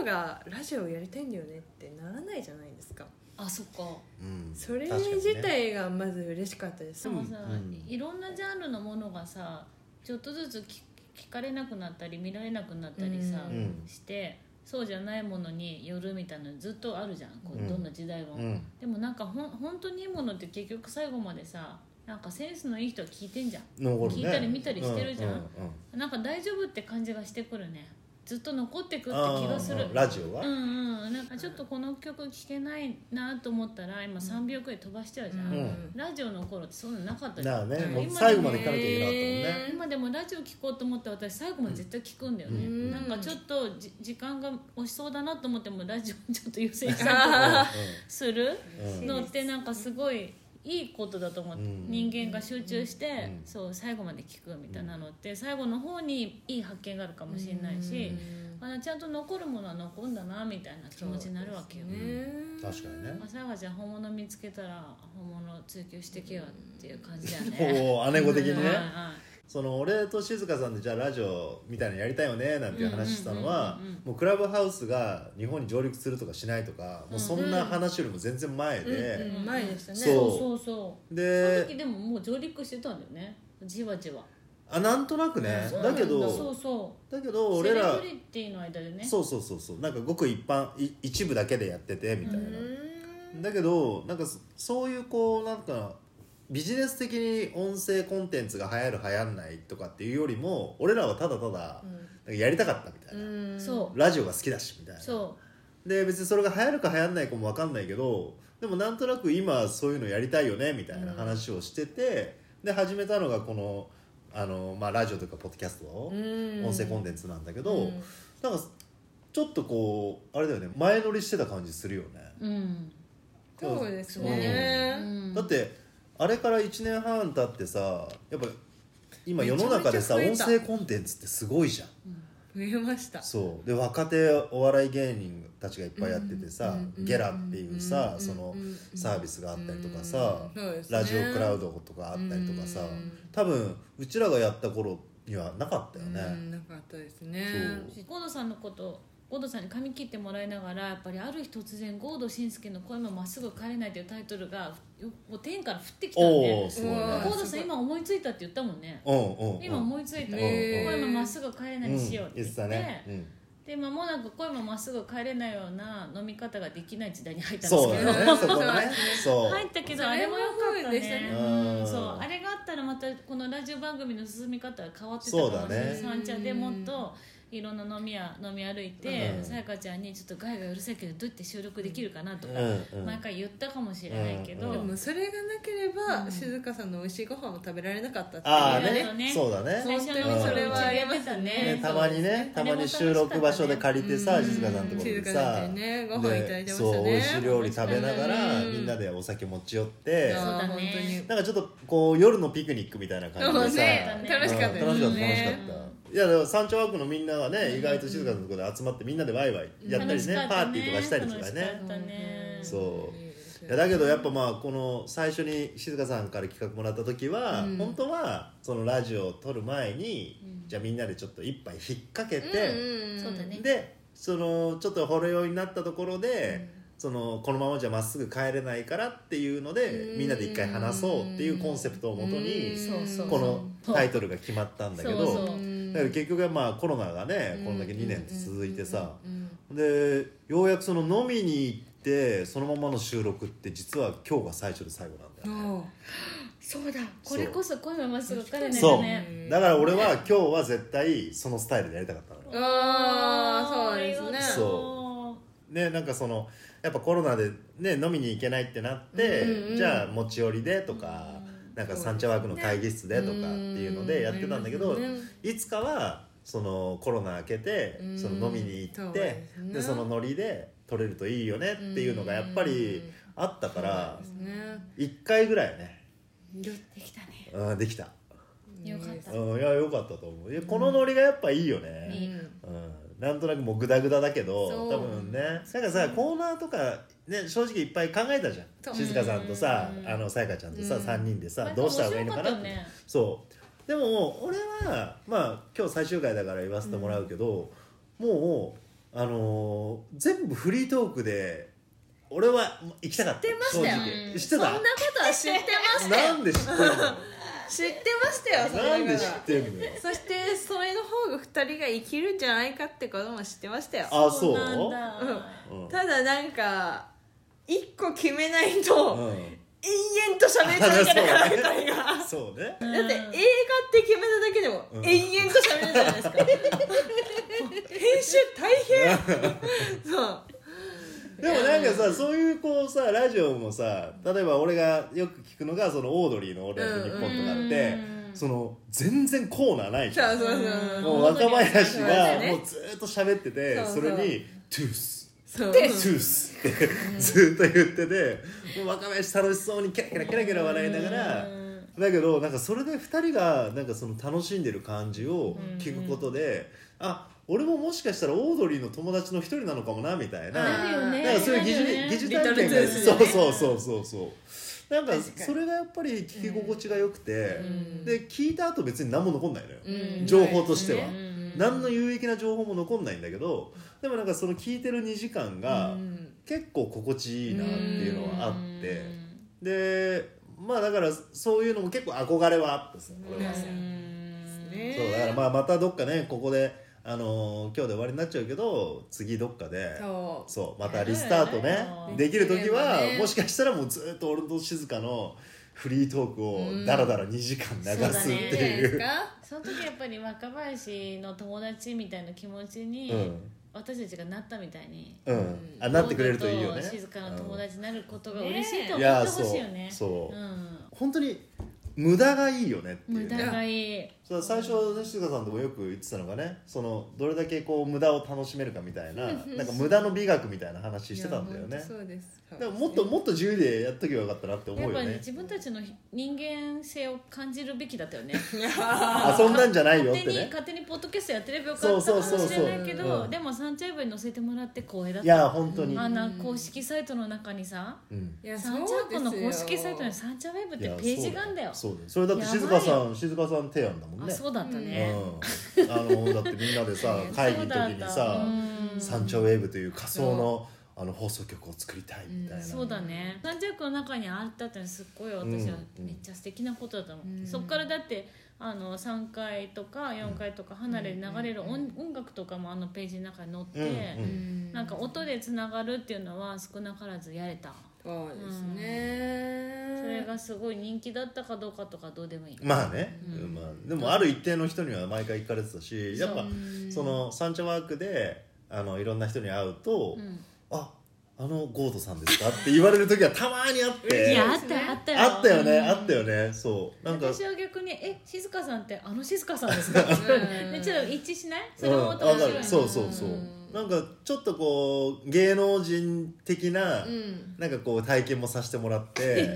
[SPEAKER 4] の人がラジオやりたいんだよねってならないじゃないですか
[SPEAKER 3] あそっか
[SPEAKER 2] うん
[SPEAKER 4] それ
[SPEAKER 2] 確かにね
[SPEAKER 4] 自体がまず嬉しかったです
[SPEAKER 3] でもさ、
[SPEAKER 2] うん
[SPEAKER 3] いろんなジャンルのものがさちょっとずつ聞聞かれなくなったり見られなくなったりさ、
[SPEAKER 4] うん
[SPEAKER 3] してそうじゃないものによるみたいなのずっとあるじゃんこう
[SPEAKER 2] うん
[SPEAKER 3] どんな時代も、
[SPEAKER 2] うん
[SPEAKER 3] でもなんかほん本当にいいものって結局最後までさなんかセンスのいい人は聞いてんじゃん
[SPEAKER 2] 残るね
[SPEAKER 3] 聞いたり見たりしてるじゃん
[SPEAKER 2] ううう
[SPEAKER 3] なんか大丈夫って感じがしてくるねずっと残ってくって気がす
[SPEAKER 2] あ
[SPEAKER 3] る
[SPEAKER 2] ーラジオ
[SPEAKER 3] う
[SPEAKER 2] は、
[SPEAKER 3] んうんなんかちょっとこの曲聴けないなと思ったら今3秒くらい飛ばしちゃうじゃん、
[SPEAKER 2] うん
[SPEAKER 3] ラジオの頃ってそんなのなかったじ
[SPEAKER 2] だ
[SPEAKER 3] ゃん
[SPEAKER 2] からね、
[SPEAKER 4] うん
[SPEAKER 2] もう
[SPEAKER 3] 今でも
[SPEAKER 2] 最後まで聞かなきゃいけなかったもんね
[SPEAKER 3] 今でもラジオ聴こうと思って私最後まで絶対聞くんだよね、
[SPEAKER 4] うん
[SPEAKER 3] なんかちょっとじ時間が押しそうだなと思ってもラジオちょっと優先し
[SPEAKER 2] う
[SPEAKER 3] たり
[SPEAKER 2] ん
[SPEAKER 3] する
[SPEAKER 2] うんうん
[SPEAKER 3] のってなんかすごいいいことだと思って、
[SPEAKER 2] うん
[SPEAKER 3] 人間が集中して、
[SPEAKER 2] うん
[SPEAKER 3] そう最後まで聞くみたいなのって最後の方にいい発見があるかもしれないし、あちゃんと残るものは残んだなみたいな気持ちになるわけよ、
[SPEAKER 4] ね
[SPEAKER 2] 確かにね
[SPEAKER 3] 朝がちゃん本物見つけたら本物追求してけよっていう感じだね。
[SPEAKER 2] こう姉御的にね、
[SPEAKER 3] はいはい
[SPEAKER 2] その俺と静香さんでじゃあラジオみたいなのやりたいよねなんていう話したのは
[SPEAKER 3] うんうんうんうん
[SPEAKER 2] もうクラブハウスが日本に上陸するとかしないとかもうそんな話よりも全然前で、
[SPEAKER 4] うんうん前でしたね
[SPEAKER 2] そう
[SPEAKER 3] そうそうそうその時
[SPEAKER 2] で
[SPEAKER 3] でももう上陸してたんだよねじわじわ
[SPEAKER 2] あなんとなくね
[SPEAKER 3] そうな
[SPEAKER 2] だ
[SPEAKER 3] ん
[SPEAKER 2] け
[SPEAKER 3] そ
[SPEAKER 2] ど
[SPEAKER 3] うそ
[SPEAKER 2] だけど
[SPEAKER 3] う
[SPEAKER 2] 俺ら
[SPEAKER 3] セレブリティの間でね
[SPEAKER 2] そうそうそうそうなんかごく一般い一部だけでやっててみたいな、だけどなんかそそういうこうなんかビジネス的に音声コンテンツが流行る流行んないとかっていうよりも俺らはただただなんかやりたかったみたいな、
[SPEAKER 4] うん
[SPEAKER 3] そ
[SPEAKER 2] ラジオが好きだしみたいな
[SPEAKER 3] そ
[SPEAKER 2] で別にそれが流行るか流行んないかも分かんないけどでもなんとなく今そういうのやりたいよねみたいな話をしてて、で始めたのがこのあの、まあ、ラジオとかポッドキャストの
[SPEAKER 4] うん
[SPEAKER 2] 音声コンテンツなんだけど、
[SPEAKER 4] うん
[SPEAKER 2] なんかちょっとこうあれだよね前乗りしてた感じするよね、
[SPEAKER 3] ううん
[SPEAKER 4] そうです
[SPEAKER 3] う
[SPEAKER 4] ね
[SPEAKER 3] ん
[SPEAKER 2] だってあれから1年半経ってさやっぱ今世の中でさ
[SPEAKER 4] めちゃめ
[SPEAKER 2] 音
[SPEAKER 4] ちゃ増え
[SPEAKER 2] 声
[SPEAKER 4] た
[SPEAKER 2] コンテンツってすごいじゃん
[SPEAKER 4] 増えました
[SPEAKER 2] そうで若手お笑い芸人たちがいっぱいやっててさ、
[SPEAKER 4] うん
[SPEAKER 2] ゲラっていうさ、その
[SPEAKER 4] うん
[SPEAKER 2] サービスがあったりとかさ、
[SPEAKER 4] うんそうですね
[SPEAKER 2] ラジオクラウドとかあったりとかさ、
[SPEAKER 4] うん
[SPEAKER 2] 多分うちらがやった頃にはなかったよ
[SPEAKER 4] う
[SPEAKER 2] ね、
[SPEAKER 4] んなかったですね
[SPEAKER 2] そう
[SPEAKER 3] ゴードさんのことゴードさんに髪切ってもらいながらやっぱりある日突然「ゴード紳助の声もまっすぐ帰れない」というタイトルがよこう天から降ってきたん
[SPEAKER 2] おお
[SPEAKER 3] で
[SPEAKER 2] すごいね
[SPEAKER 4] うわ
[SPEAKER 3] ゴードさん今思いついたって言ったもんね
[SPEAKER 2] うんうんうん
[SPEAKER 3] 今思いついた
[SPEAKER 2] うん
[SPEAKER 3] 声もまっすぐ帰れないにしようって
[SPEAKER 2] 言
[SPEAKER 3] 言
[SPEAKER 2] っ
[SPEAKER 3] って
[SPEAKER 2] た
[SPEAKER 3] て、
[SPEAKER 2] ね、うん
[SPEAKER 3] で間もなく声もまっすぐ帰れないような飲み方ができない時代に入ったんです
[SPEAKER 2] そう
[SPEAKER 3] け
[SPEAKER 2] だ
[SPEAKER 3] ど、
[SPEAKER 2] よねそこね そう
[SPEAKER 3] 入ったけどあれも良かった
[SPEAKER 4] それも
[SPEAKER 2] 良かっ
[SPEAKER 3] ね
[SPEAKER 2] たね
[SPEAKER 3] うんそうあれがあったらまたこのラジオ番組の進み方が変わってた
[SPEAKER 2] そう
[SPEAKER 3] かも
[SPEAKER 2] だ
[SPEAKER 3] しれない、
[SPEAKER 2] ね
[SPEAKER 3] 三茶でもっといろんな飲み屋飲み歩いて
[SPEAKER 2] うん
[SPEAKER 3] さやかちゃんにちょっとガイがうるさいけどどうやって収録できるかなとか、
[SPEAKER 2] うんうん
[SPEAKER 3] 毎回言ったかもしれないけど、
[SPEAKER 2] うん
[SPEAKER 4] でもそれがなければ、
[SPEAKER 3] うん
[SPEAKER 4] 静香さんの美味しいご飯を食べられなかったって
[SPEAKER 2] ああ
[SPEAKER 4] いう
[SPEAKER 3] そうだ
[SPEAKER 2] ね
[SPEAKER 3] ね
[SPEAKER 2] そうだね
[SPEAKER 3] 最初
[SPEAKER 2] 本
[SPEAKER 3] の
[SPEAKER 2] 当に
[SPEAKER 3] 頃
[SPEAKER 2] それは
[SPEAKER 3] うちでやってたね
[SPEAKER 2] ねたまにねたまに収録場所で借りてさ、
[SPEAKER 4] うん
[SPEAKER 2] 静香さんのところで
[SPEAKER 4] 静
[SPEAKER 2] さ
[SPEAKER 4] 香さんちねご飯いただいてましたね
[SPEAKER 2] そう美味しい料理食べながら、
[SPEAKER 4] うん
[SPEAKER 2] みんなでお酒持ち寄って、
[SPEAKER 4] あー
[SPEAKER 3] そうだね
[SPEAKER 4] 本当に
[SPEAKER 2] なんかちょっとこう夜のピクニックみたいな感じでさ、
[SPEAKER 4] ね楽しかったよね
[SPEAKER 2] うん楽しかった楽しかったいやでも山頂ワークのみんながね意外と静かなところで集まってみんなでワイワイやった
[SPEAKER 3] 楽
[SPEAKER 2] り
[SPEAKER 3] し
[SPEAKER 2] ね
[SPEAKER 3] か
[SPEAKER 2] パ
[SPEAKER 3] った
[SPEAKER 2] ーティーとかしたりとかね
[SPEAKER 3] 楽しかったね
[SPEAKER 2] そう
[SPEAKER 4] うん
[SPEAKER 2] いやだけどやっぱまあこの最初に静香さんから企画もらった時は、
[SPEAKER 4] うん
[SPEAKER 2] 本当はそのラジオを撮る前に、じゃあみんなでちょっと一杯引っ掛けて、
[SPEAKER 4] んん
[SPEAKER 3] そうだね
[SPEAKER 2] でそのちょっとほろ酔いになったところで、そのこのままじゃまっすぐ帰れないからっていうので、
[SPEAKER 4] うん
[SPEAKER 2] みんなで一回話そうっていうコンセプトをもとに、
[SPEAKER 4] うん
[SPEAKER 3] そうそう
[SPEAKER 2] このタイトルが決まったんだけど
[SPEAKER 3] そうそう
[SPEAKER 4] うん
[SPEAKER 2] だから結局はまあコロナがね、こんだけ2年って続いてさ、でようやくその飲みに行ってそのままの収録って実は今日が最初で最後なんだよね、
[SPEAKER 4] そ
[SPEAKER 3] そうだこれこそ声もまっすぐ帰れない
[SPEAKER 2] そ
[SPEAKER 3] よ
[SPEAKER 2] う
[SPEAKER 3] ね
[SPEAKER 2] だから俺は今日は絶対そのスタイルでやりたかったのよ
[SPEAKER 4] うあーそうですね
[SPEAKER 2] そうね、なんかそのやっぱコロナで、ね、飲みに行けないってなって、
[SPEAKER 4] うんうん
[SPEAKER 2] じゃあ持ち寄りでとか、なんかサンチャワークの会議室でとかっていうのでやってたんだけど、
[SPEAKER 4] うんあります
[SPEAKER 2] いつかはそのコロナ明けて、
[SPEAKER 4] うん
[SPEAKER 2] その飲みに行
[SPEAKER 4] そ
[SPEAKER 2] っ
[SPEAKER 4] う
[SPEAKER 2] て
[SPEAKER 4] ですね
[SPEAKER 2] でそのノリで取れるといいよねっていうのがやっぱり
[SPEAKER 4] うん
[SPEAKER 2] あったから、
[SPEAKER 4] そうですね
[SPEAKER 2] 1回ぐらいね、
[SPEAKER 4] よ
[SPEAKER 3] できたね
[SPEAKER 2] うん、できた、
[SPEAKER 3] よかった
[SPEAKER 2] うん、いやよかったと思ういやこのノリがやっぱいいよね、
[SPEAKER 3] いい
[SPEAKER 4] うん
[SPEAKER 2] うんなんとなくもうグダグダだけど
[SPEAKER 4] そう
[SPEAKER 2] 多分ねなんかさコーナーとか、ね、正直いっぱい考えたじゃ
[SPEAKER 4] そ
[SPEAKER 2] ん
[SPEAKER 4] う
[SPEAKER 2] 静香さんとさ
[SPEAKER 3] うん
[SPEAKER 2] あのさやかちゃんとさ、
[SPEAKER 4] うん
[SPEAKER 2] 3人で
[SPEAKER 3] な
[SPEAKER 2] さ
[SPEAKER 3] んか
[SPEAKER 2] どうした方がいいのかなって
[SPEAKER 3] 面白かったよね
[SPEAKER 2] そうでも俺はまあ今日最終回だから言わせてもらうけど、もうあのー全部フリートークで俺は行きたかった
[SPEAKER 5] 知ってましたよ
[SPEAKER 2] 正直知っ
[SPEAKER 5] そ
[SPEAKER 2] て
[SPEAKER 5] んなこ
[SPEAKER 2] た
[SPEAKER 5] とは知ってましたよ
[SPEAKER 2] なんで知ってんの
[SPEAKER 1] 知ってましたよそれ
[SPEAKER 2] なんで知っ
[SPEAKER 1] が
[SPEAKER 2] てんのよ
[SPEAKER 1] そしてそれの方が2人が生きるんじゃないかってことも知ってましたよ
[SPEAKER 2] あそう
[SPEAKER 3] なんだ、
[SPEAKER 2] うん
[SPEAKER 1] ただなんか一個決めないと、
[SPEAKER 2] うん
[SPEAKER 1] 延々と喋っちゃうじゃない
[SPEAKER 2] あ
[SPEAKER 1] かな
[SPEAKER 2] そうね
[SPEAKER 1] 二人が
[SPEAKER 2] そうね
[SPEAKER 1] だって映画って決めただけでも
[SPEAKER 2] うん
[SPEAKER 1] 延々と喋るじゃないですか、編集大変そう
[SPEAKER 2] でもなんかさそういうこうさラジオもさ例えば俺がよく聞くのがそのオードリーの「オールナイトニッポン」とかって
[SPEAKER 3] うん
[SPEAKER 2] その全然コーナーないじゃ
[SPEAKER 1] そ
[SPEAKER 2] ん
[SPEAKER 1] うそう
[SPEAKER 3] うん
[SPEAKER 2] もう若林
[SPEAKER 1] そうだ
[SPEAKER 2] が
[SPEAKER 1] ね
[SPEAKER 2] もうずーっと喋ってて
[SPEAKER 1] そう
[SPEAKER 2] そ
[SPEAKER 1] そう
[SPEAKER 2] れに「トゥース」
[SPEAKER 1] そうそう
[SPEAKER 2] トゥースってずっと言っててもう若林楽しそうにキャラキャラキャラキャラ笑いながら
[SPEAKER 3] うん
[SPEAKER 2] だけどなんかそれで2人がなんかその楽しんでる感じを聞くことであ俺ももしかしたらオードリーの友達の一人なのかもなみたいな
[SPEAKER 3] なるよね
[SPEAKER 2] なんかそういう疑似,、疑
[SPEAKER 1] リ
[SPEAKER 2] 似体験
[SPEAKER 1] トルトゥー
[SPEAKER 2] が
[SPEAKER 1] ス
[SPEAKER 2] そう
[SPEAKER 1] ね
[SPEAKER 2] そうそうそうそうなんか
[SPEAKER 1] 確かに
[SPEAKER 2] それがやっぱり聞き心地が良くて、
[SPEAKER 1] ん
[SPEAKER 2] で聞いた後別に何も残んないのよ、
[SPEAKER 1] うん
[SPEAKER 2] 情報としては、
[SPEAKER 3] うん
[SPEAKER 2] 何の有益な情報も残んないんだけどでもなんかその聞いてる2時間が
[SPEAKER 1] うん
[SPEAKER 2] 結構心地いいなっていうのはあって、
[SPEAKER 3] うん
[SPEAKER 2] でまあだからそういうのも結構憧れはあったですね俺は
[SPEAKER 1] うんね
[SPEAKER 2] そうだからまあまたどっかねここで、あのー今日で終わりになっちゃうけど次どっかで
[SPEAKER 1] そう
[SPEAKER 2] そうまたリスタートね
[SPEAKER 3] うん
[SPEAKER 2] できる時は、
[SPEAKER 1] できればね
[SPEAKER 2] もしかしたらもうずっと俺と静香のフリートークをダラダラ2時間流すって
[SPEAKER 3] そうだね
[SPEAKER 2] い
[SPEAKER 1] で
[SPEAKER 2] う
[SPEAKER 1] す。か
[SPEAKER 3] その時やっぱり若林の友達みたいな気持ちに、
[SPEAKER 2] うん
[SPEAKER 3] 私たちがなったみたいに
[SPEAKER 2] うん、あなってくれるといいよね。
[SPEAKER 3] 堂々と静かな友達になることが
[SPEAKER 1] うん
[SPEAKER 3] 嬉しいと
[SPEAKER 2] うんい
[SPEAKER 3] 思
[SPEAKER 2] や
[SPEAKER 3] ってほ
[SPEAKER 2] そ
[SPEAKER 3] しいよね
[SPEAKER 2] うそう、
[SPEAKER 3] うん
[SPEAKER 2] 本当に無駄がいいよねってい
[SPEAKER 3] 無
[SPEAKER 2] う
[SPEAKER 3] 駄
[SPEAKER 2] ね。
[SPEAKER 3] がいい
[SPEAKER 2] そう最初ね静香さんともよく言ってたのがねそのどれだけこう無駄を楽しめるかみたいななんか無駄の美学みたいな話してたんだよ
[SPEAKER 1] いや
[SPEAKER 2] ね
[SPEAKER 1] 本当そうです
[SPEAKER 2] でももっともっと自由でやっとけばよかったなって思う
[SPEAKER 3] やっ
[SPEAKER 2] よ
[SPEAKER 3] ぱり、
[SPEAKER 2] ね
[SPEAKER 3] 自分たちの人間性を感じるべきだったよ ね
[SPEAKER 2] 遊んだんじゃないよって
[SPEAKER 3] 勝手に
[SPEAKER 2] ね
[SPEAKER 3] 勝手にポッドキャストやってればよかった
[SPEAKER 2] そ
[SPEAKER 3] か
[SPEAKER 2] う
[SPEAKER 3] も
[SPEAKER 2] そうそうそう
[SPEAKER 3] しれないけど
[SPEAKER 2] うん
[SPEAKER 3] でもサンチャイブに載せてもらって光栄 だっ
[SPEAKER 2] い
[SPEAKER 3] た
[SPEAKER 2] や本当に、
[SPEAKER 3] あんな公式サイトの中にさ
[SPEAKER 2] うん
[SPEAKER 1] いや
[SPEAKER 3] サンチャイブの公式サイトに
[SPEAKER 1] そ
[SPEAKER 3] サンチャイブっ
[SPEAKER 2] い
[SPEAKER 3] て
[SPEAKER 2] や
[SPEAKER 3] ページがあんだよ
[SPEAKER 2] そうだよそうだよそれだって静香さん静香さん提案だもん
[SPEAKER 3] あ
[SPEAKER 2] ね
[SPEAKER 3] そうだったね
[SPEAKER 2] うん、あのだってみんなで さ会議の時に
[SPEAKER 3] そうだ
[SPEAKER 2] さ
[SPEAKER 3] っ
[SPEAKER 2] 「
[SPEAKER 3] た
[SPEAKER 2] サンチャウェーブ」という仮想のあの放送局を作りたいみたいな、
[SPEAKER 3] そうだね三十区の中にあったってすっごい私は
[SPEAKER 2] うん
[SPEAKER 3] めっちゃ素敵なことだと思う、そっからだってあの3回とか4回とか離れで流れる音音楽とかもあのページの中に載って、
[SPEAKER 2] うん
[SPEAKER 1] うん
[SPEAKER 3] なんか音でつながるっていうのは少なからずやれた
[SPEAKER 1] うですね
[SPEAKER 3] それがすごい人気だったかどうかとかどうでもいい、
[SPEAKER 2] うん、まあね、うんまあ、でもある一定の人には毎回行かれてたしやっぱそのサンチャワークであのいろんな人に会うと「
[SPEAKER 3] うん
[SPEAKER 2] ああのゴードさんですか?」って言われる時はたまにあっ
[SPEAKER 1] えー
[SPEAKER 2] て
[SPEAKER 3] いやあったよあったよ
[SPEAKER 2] あったよねあったよねそうなんか
[SPEAKER 3] 私は逆に「え静香さんってあの静香さんですか?」でちょっと一致しないそれもまた面白いね、
[SPEAKER 2] うん、そうそうそうなんかちょっとこう芸能人的な、
[SPEAKER 1] うん
[SPEAKER 2] なんかこう体験もさせてもらって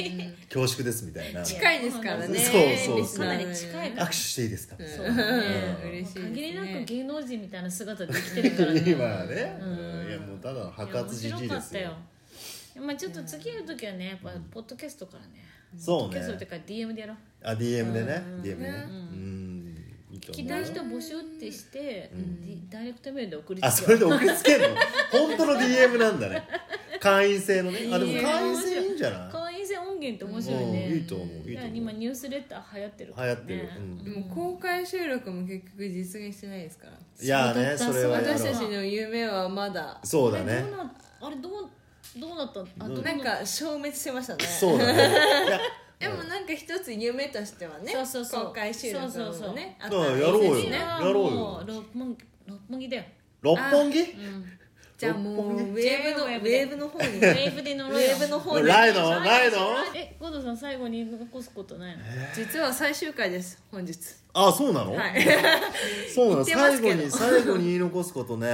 [SPEAKER 2] 恐縮ですみたいな
[SPEAKER 1] 近いですからね
[SPEAKER 2] そうそうそう
[SPEAKER 3] かなり近い
[SPEAKER 2] 握
[SPEAKER 3] か
[SPEAKER 2] 手していいですかみたいな
[SPEAKER 3] そうだね
[SPEAKER 2] うん
[SPEAKER 1] 嬉しいですね
[SPEAKER 3] 限りなく芸能人みたいな姿できてるからね
[SPEAKER 2] 今はね、
[SPEAKER 3] うん
[SPEAKER 2] うんいやもうただの
[SPEAKER 3] いや
[SPEAKER 2] 白髪じじいですよ
[SPEAKER 3] 面白かったよまあちょっと次の時はねやっぱポッドキャストからねポ
[SPEAKER 2] そう
[SPEAKER 3] ッドキャストって
[SPEAKER 2] ね
[SPEAKER 3] いうか DM でやろう
[SPEAKER 2] あ DM でね、
[SPEAKER 3] う
[SPEAKER 2] DM
[SPEAKER 3] ん
[SPEAKER 2] でね
[SPEAKER 1] う
[SPEAKER 2] うんいと
[SPEAKER 3] 聞
[SPEAKER 2] 思う
[SPEAKER 3] きたい人募集ってして、でダイレクトメールで送り
[SPEAKER 2] あ
[SPEAKER 3] つ
[SPEAKER 2] それ
[SPEAKER 3] け
[SPEAKER 2] で送りつけるの本当の DM なんだね会員制のねあでも会員制いいんじゃない
[SPEAKER 3] 会員制音源って面白いね、
[SPEAKER 2] うんいいと思ういいと思う
[SPEAKER 3] だから今ニュースレター流行ってるか
[SPEAKER 2] 流
[SPEAKER 3] ら、
[SPEAKER 2] 行
[SPEAKER 3] ね
[SPEAKER 2] っ、てる、うん
[SPEAKER 1] でも公開収録も結局実現してないですから
[SPEAKER 2] いやーね
[SPEAKER 3] そ
[SPEAKER 2] そ
[SPEAKER 3] うだった
[SPEAKER 2] れはやろう
[SPEAKER 1] 私たちの夢はまだ
[SPEAKER 2] そうだ
[SPEAKER 3] あれ
[SPEAKER 2] ね
[SPEAKER 3] どうなあれどうどうなったあどう
[SPEAKER 1] なんか消滅してましたね
[SPEAKER 2] そうだ ねいや
[SPEAKER 1] でもなんか一つ夢としてはね
[SPEAKER 3] そうそうそう
[SPEAKER 1] 公開収録もね
[SPEAKER 3] そうそうそう
[SPEAKER 1] あっ
[SPEAKER 2] だから
[SPEAKER 1] た
[SPEAKER 2] やろうよ
[SPEAKER 1] らいいですね
[SPEAKER 2] やろうよ
[SPEAKER 3] もう六本木六本木だよ
[SPEAKER 2] 六本木
[SPEAKER 1] じゃあもうウ
[SPEAKER 2] 六
[SPEAKER 1] ェーブのウ
[SPEAKER 3] 本木
[SPEAKER 1] ェーブの方 に
[SPEAKER 3] ウ
[SPEAKER 1] ね
[SPEAKER 3] ェーブで乗
[SPEAKER 1] ウ
[SPEAKER 3] ろうよ
[SPEAKER 1] ェーブの方に
[SPEAKER 2] ライドないの
[SPEAKER 3] えゴードさん最後に残すことないの
[SPEAKER 1] 実は最終回です本日
[SPEAKER 2] あそうな の、
[SPEAKER 1] はい
[SPEAKER 2] そう
[SPEAKER 1] 言
[SPEAKER 2] なの
[SPEAKER 1] ってま
[SPEAKER 2] 最
[SPEAKER 1] す
[SPEAKER 2] 後
[SPEAKER 1] け
[SPEAKER 2] に
[SPEAKER 1] ど
[SPEAKER 2] 最後に言い残すことね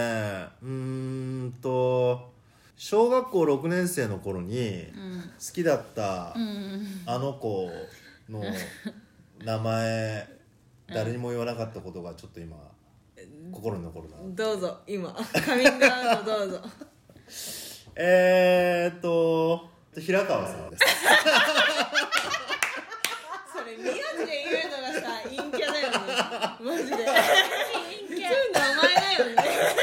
[SPEAKER 2] うーんと小学校6年生の頃に好きだったあの子の 名前誰にも言わなかったことがちょっと今心に残るな
[SPEAKER 1] どうぞ今カミングアウトどうぞ
[SPEAKER 2] えーっと平川さんです
[SPEAKER 1] それ名字で言うのがさ陰キャだよ ね マジで普通名前だよね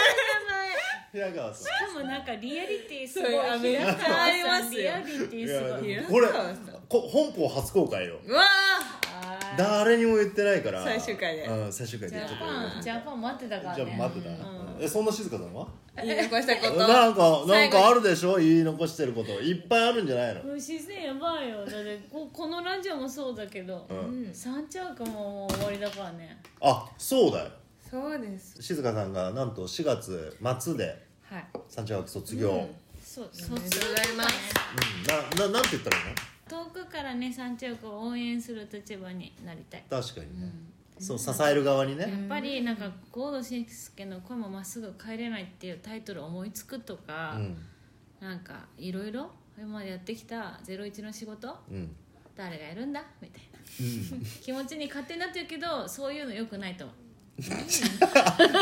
[SPEAKER 2] いさそ
[SPEAKER 3] しかもなんかリアリティすご
[SPEAKER 4] そうあ
[SPEAKER 3] い
[SPEAKER 4] の
[SPEAKER 3] 平川
[SPEAKER 4] あり
[SPEAKER 3] さ
[SPEAKER 4] ま
[SPEAKER 3] ん
[SPEAKER 4] すよ
[SPEAKER 3] リアリティ
[SPEAKER 2] うい
[SPEAKER 3] す
[SPEAKER 2] や
[SPEAKER 3] ごい
[SPEAKER 4] い
[SPEAKER 2] でもこれ
[SPEAKER 4] いや
[SPEAKER 2] こ本邦初公開よ
[SPEAKER 4] うわ
[SPEAKER 3] あー
[SPEAKER 2] 誰にも言ってないから
[SPEAKER 4] 最終回で
[SPEAKER 2] うん、最終回
[SPEAKER 3] ジ
[SPEAKER 2] でちょ
[SPEAKER 3] ャ
[SPEAKER 2] っと
[SPEAKER 3] パンジャパン待ってたから
[SPEAKER 2] じゃ
[SPEAKER 3] ね
[SPEAKER 2] あ待ってた、
[SPEAKER 3] うん
[SPEAKER 2] えそんな静香さんは
[SPEAKER 4] ー言い残したこと
[SPEAKER 2] なんかなん
[SPEAKER 4] 最後
[SPEAKER 2] かあるでしょ言い残してることいっぱいあるんじゃないの
[SPEAKER 3] もう自然やばいよだってここのラジオもそうだけど、
[SPEAKER 2] うん
[SPEAKER 3] 三着ももう終わりだからね
[SPEAKER 2] あそうだよ
[SPEAKER 4] そうです
[SPEAKER 2] 静香さんがなんと4月末で
[SPEAKER 4] はい
[SPEAKER 2] 三茶学卒業、うん
[SPEAKER 3] そう
[SPEAKER 4] お
[SPEAKER 3] 卒
[SPEAKER 4] めでとうございます
[SPEAKER 2] なななんて言ったらいいの
[SPEAKER 3] 遠くからね三着を応援する立場になりたい
[SPEAKER 2] 確かにね、そう支える側に
[SPEAKER 3] や
[SPEAKER 2] ね、
[SPEAKER 3] っぱりなんか「郷土真介の声もまっすぐ帰れない」っていうタイトル思いつくと
[SPEAKER 2] う
[SPEAKER 3] か、
[SPEAKER 2] ん
[SPEAKER 3] なんかいろいろ今までやってきた『ゼロイチの仕事
[SPEAKER 2] うん、
[SPEAKER 3] 誰がやるんだみたいな、気持ちに勝手になってるけどそういうのよくないと思う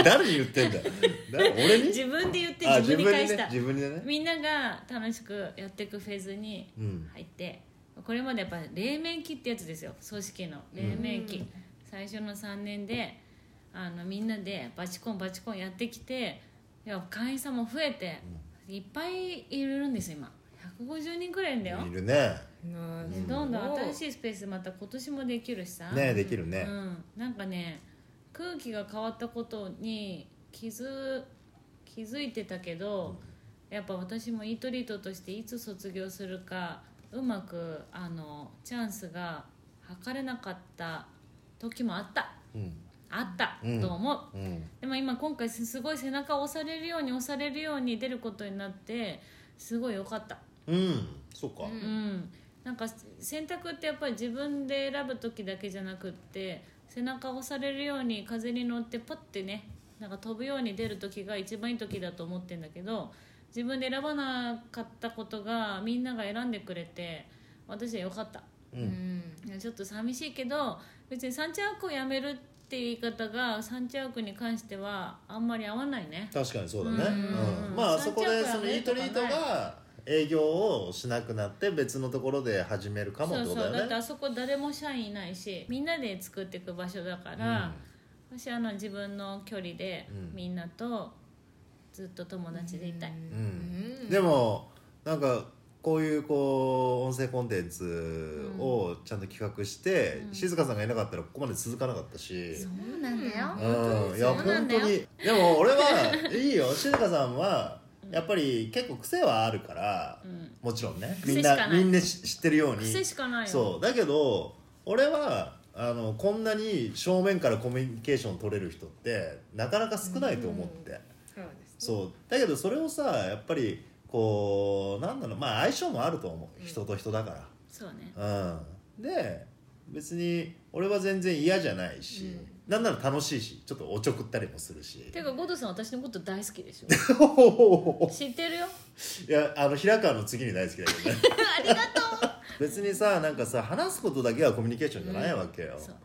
[SPEAKER 2] 誰に言ってんだよ誰俺に
[SPEAKER 3] 自分で言って
[SPEAKER 2] あ
[SPEAKER 3] 自分に返した、
[SPEAKER 2] 自分にね自分にね
[SPEAKER 3] みんなが楽しくやっていくフェーズに
[SPEAKER 2] うん
[SPEAKER 3] 入って、これまでやっぱ黎明期ってやつですよ組織の黎明期、最初の3年であのみんなでバチコンバチコンやってきていや会員さんも増えて、いっぱいいるんですよ今150人くらいいるんだよ
[SPEAKER 2] いるね
[SPEAKER 4] うん
[SPEAKER 3] でどんどん新しいスペースまた今年もできるしさ、
[SPEAKER 2] ねできるね、
[SPEAKER 3] うん、なんかね空気が変わったことに気づ気づいてたけど、やっぱ私もイートリートとしていつ卒業するかうまくあのチャンスが測れなかった時もあった
[SPEAKER 2] うん
[SPEAKER 3] あった、
[SPEAKER 2] うん
[SPEAKER 3] と思
[SPEAKER 2] う
[SPEAKER 3] う
[SPEAKER 2] ん
[SPEAKER 3] でも今今回すすごい背中を押されるように押されるように出ることになってすごい良かった
[SPEAKER 2] うんそうか、
[SPEAKER 3] うん、なんか選択ってやっぱり自分で選ぶ時だけじゃなくって背中を押されるように風に乗ってパッてねなんか飛ぶように出る時が一番いい時だと思ってんだけど自分で選ばなかったことがみんなが選んでくれて私は良かった
[SPEAKER 4] うん
[SPEAKER 3] ちょっと寂しいけど別にサンチャークをやめるって言い方がサンチャークに関してはあんまり合わないね
[SPEAKER 2] 確かにそうだね、
[SPEAKER 3] うん
[SPEAKER 2] うんまあそ
[SPEAKER 3] 三
[SPEAKER 2] こ
[SPEAKER 3] 着
[SPEAKER 2] で
[SPEAKER 3] は
[SPEAKER 2] そのイ
[SPEAKER 3] ね
[SPEAKER 2] ートリートが営業をしなくなって別のところで始めるかもって
[SPEAKER 3] そう
[SPEAKER 2] こと
[SPEAKER 3] そ
[SPEAKER 2] だ
[SPEAKER 3] うだっ
[SPEAKER 2] よ
[SPEAKER 3] て
[SPEAKER 2] ね
[SPEAKER 3] あそこ誰も社員いないしみんなで作っていく場所だから、私あの自分の距離で
[SPEAKER 2] うん
[SPEAKER 3] みんなとずっと友達でいたい、
[SPEAKER 2] うんでもなんかこういうこう音声コンテンツをちゃんと企画して、静香さんがいなかったらここまで続かなかったし、
[SPEAKER 3] そうなんだよ
[SPEAKER 2] うん、いや
[SPEAKER 3] そうな
[SPEAKER 2] 本
[SPEAKER 3] んだよ
[SPEAKER 2] 当にでも俺はいいよ静香さんはやっぱり結構癖はあるから、
[SPEAKER 3] ん
[SPEAKER 2] もちろんねみ
[SPEAKER 3] 癖
[SPEAKER 2] ん
[SPEAKER 3] しかない
[SPEAKER 2] なみんな知ってるように
[SPEAKER 3] 癖しかないよ
[SPEAKER 2] そうだけど俺はあのこんなに正面からコミュニケーション取れる人ってなかなか少ないと思って、
[SPEAKER 4] そうです
[SPEAKER 2] そうだけどそれをさやっぱりこうなんだろうまあ相性もあると思う人と人だから。
[SPEAKER 3] そうね
[SPEAKER 2] うん、で別に俺は全然嫌じゃないし、なんなら楽しいしちょっとおちょくったりもするして
[SPEAKER 3] かゴドさん私のこと大好き でしょ知ってるよ
[SPEAKER 2] いやあの平川の次に大好きだけどね ありがとう別にさなんかさ話すことだけはコミュニケーションじゃないわけよ、
[SPEAKER 3] そう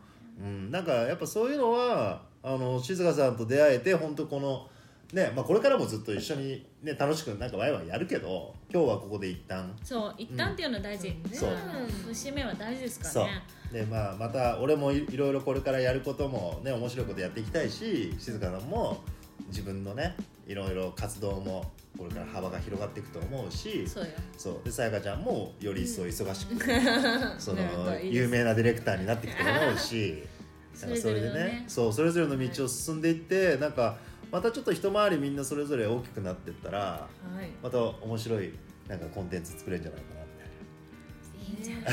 [SPEAKER 2] うんなんかやっぱそういうのはあの静香さんと出会えて本当このねまあ、これからもずっと一緒に、ね、楽しくなんかワイワイやるけど今日はここで一旦
[SPEAKER 3] そう一旦っていうのは大事、
[SPEAKER 2] そう
[SPEAKER 3] うん節目は大事ですか
[SPEAKER 2] そ
[SPEAKER 3] ら
[SPEAKER 2] う
[SPEAKER 3] ね
[SPEAKER 2] でまあまた俺もいいろいろこれからやることもね面白いことやっていきたいし静香さんも自分のねいろいろ活動もこれから幅が広がっていくと思うし
[SPEAKER 3] そうよ
[SPEAKER 2] そうでさやかちゃんもより一層忙しく、 その
[SPEAKER 4] なるほどいいです
[SPEAKER 2] 有名なディレクターになっていくと思う し
[SPEAKER 3] それぞれのね
[SPEAKER 2] なんかそうそれぞれの道を進んでいって、なんかまたちょっと一回りみんなそれぞれ大きくなっていったら
[SPEAKER 4] はい
[SPEAKER 2] また面白いなんかコンテンツ作れるんじゃないかなって
[SPEAKER 3] いいじゃん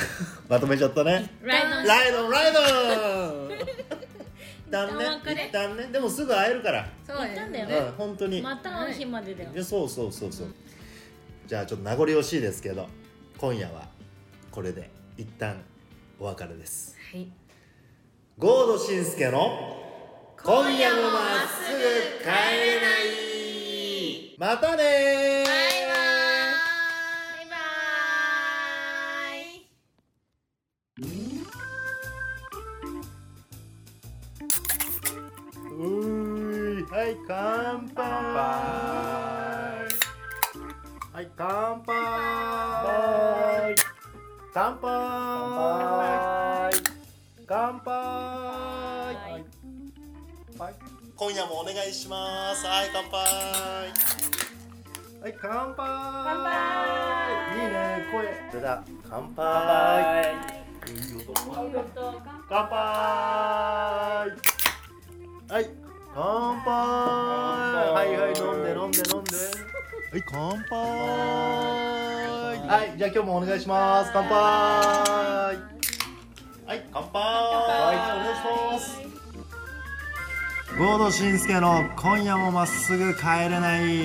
[SPEAKER 2] まとめちゃったね。
[SPEAKER 3] ライドン
[SPEAKER 2] ライドンライ ドン一旦ね
[SPEAKER 3] 一旦お別れ
[SPEAKER 2] 一旦ねでもすぐ会えるから、
[SPEAKER 4] そうです
[SPEAKER 3] 言ったんだよ
[SPEAKER 2] うん本当に、
[SPEAKER 3] また会う日までだよ
[SPEAKER 2] いやそうそうそうそう、じゃあちょっと名残惜しいですけど今夜はこれで一旦お別れです
[SPEAKER 4] はい
[SPEAKER 2] ゴードシンスケの「今夜もまっすぐ帰れない」またねー
[SPEAKER 3] バイバイ
[SPEAKER 2] うーいはい乾杯はい乾杯乾杯乾杯今夜もお願いしますはい乾杯はい乾杯乾
[SPEAKER 4] 杯
[SPEAKER 2] いいね声それでは乾杯いい音乾杯はい乾杯はいはい飲んで飲んで飲 んではい乾杯はいじゃあ今日もお願いします乾杯はい乾杯はいお願いします合同慎介の今夜もまっすぐ帰れない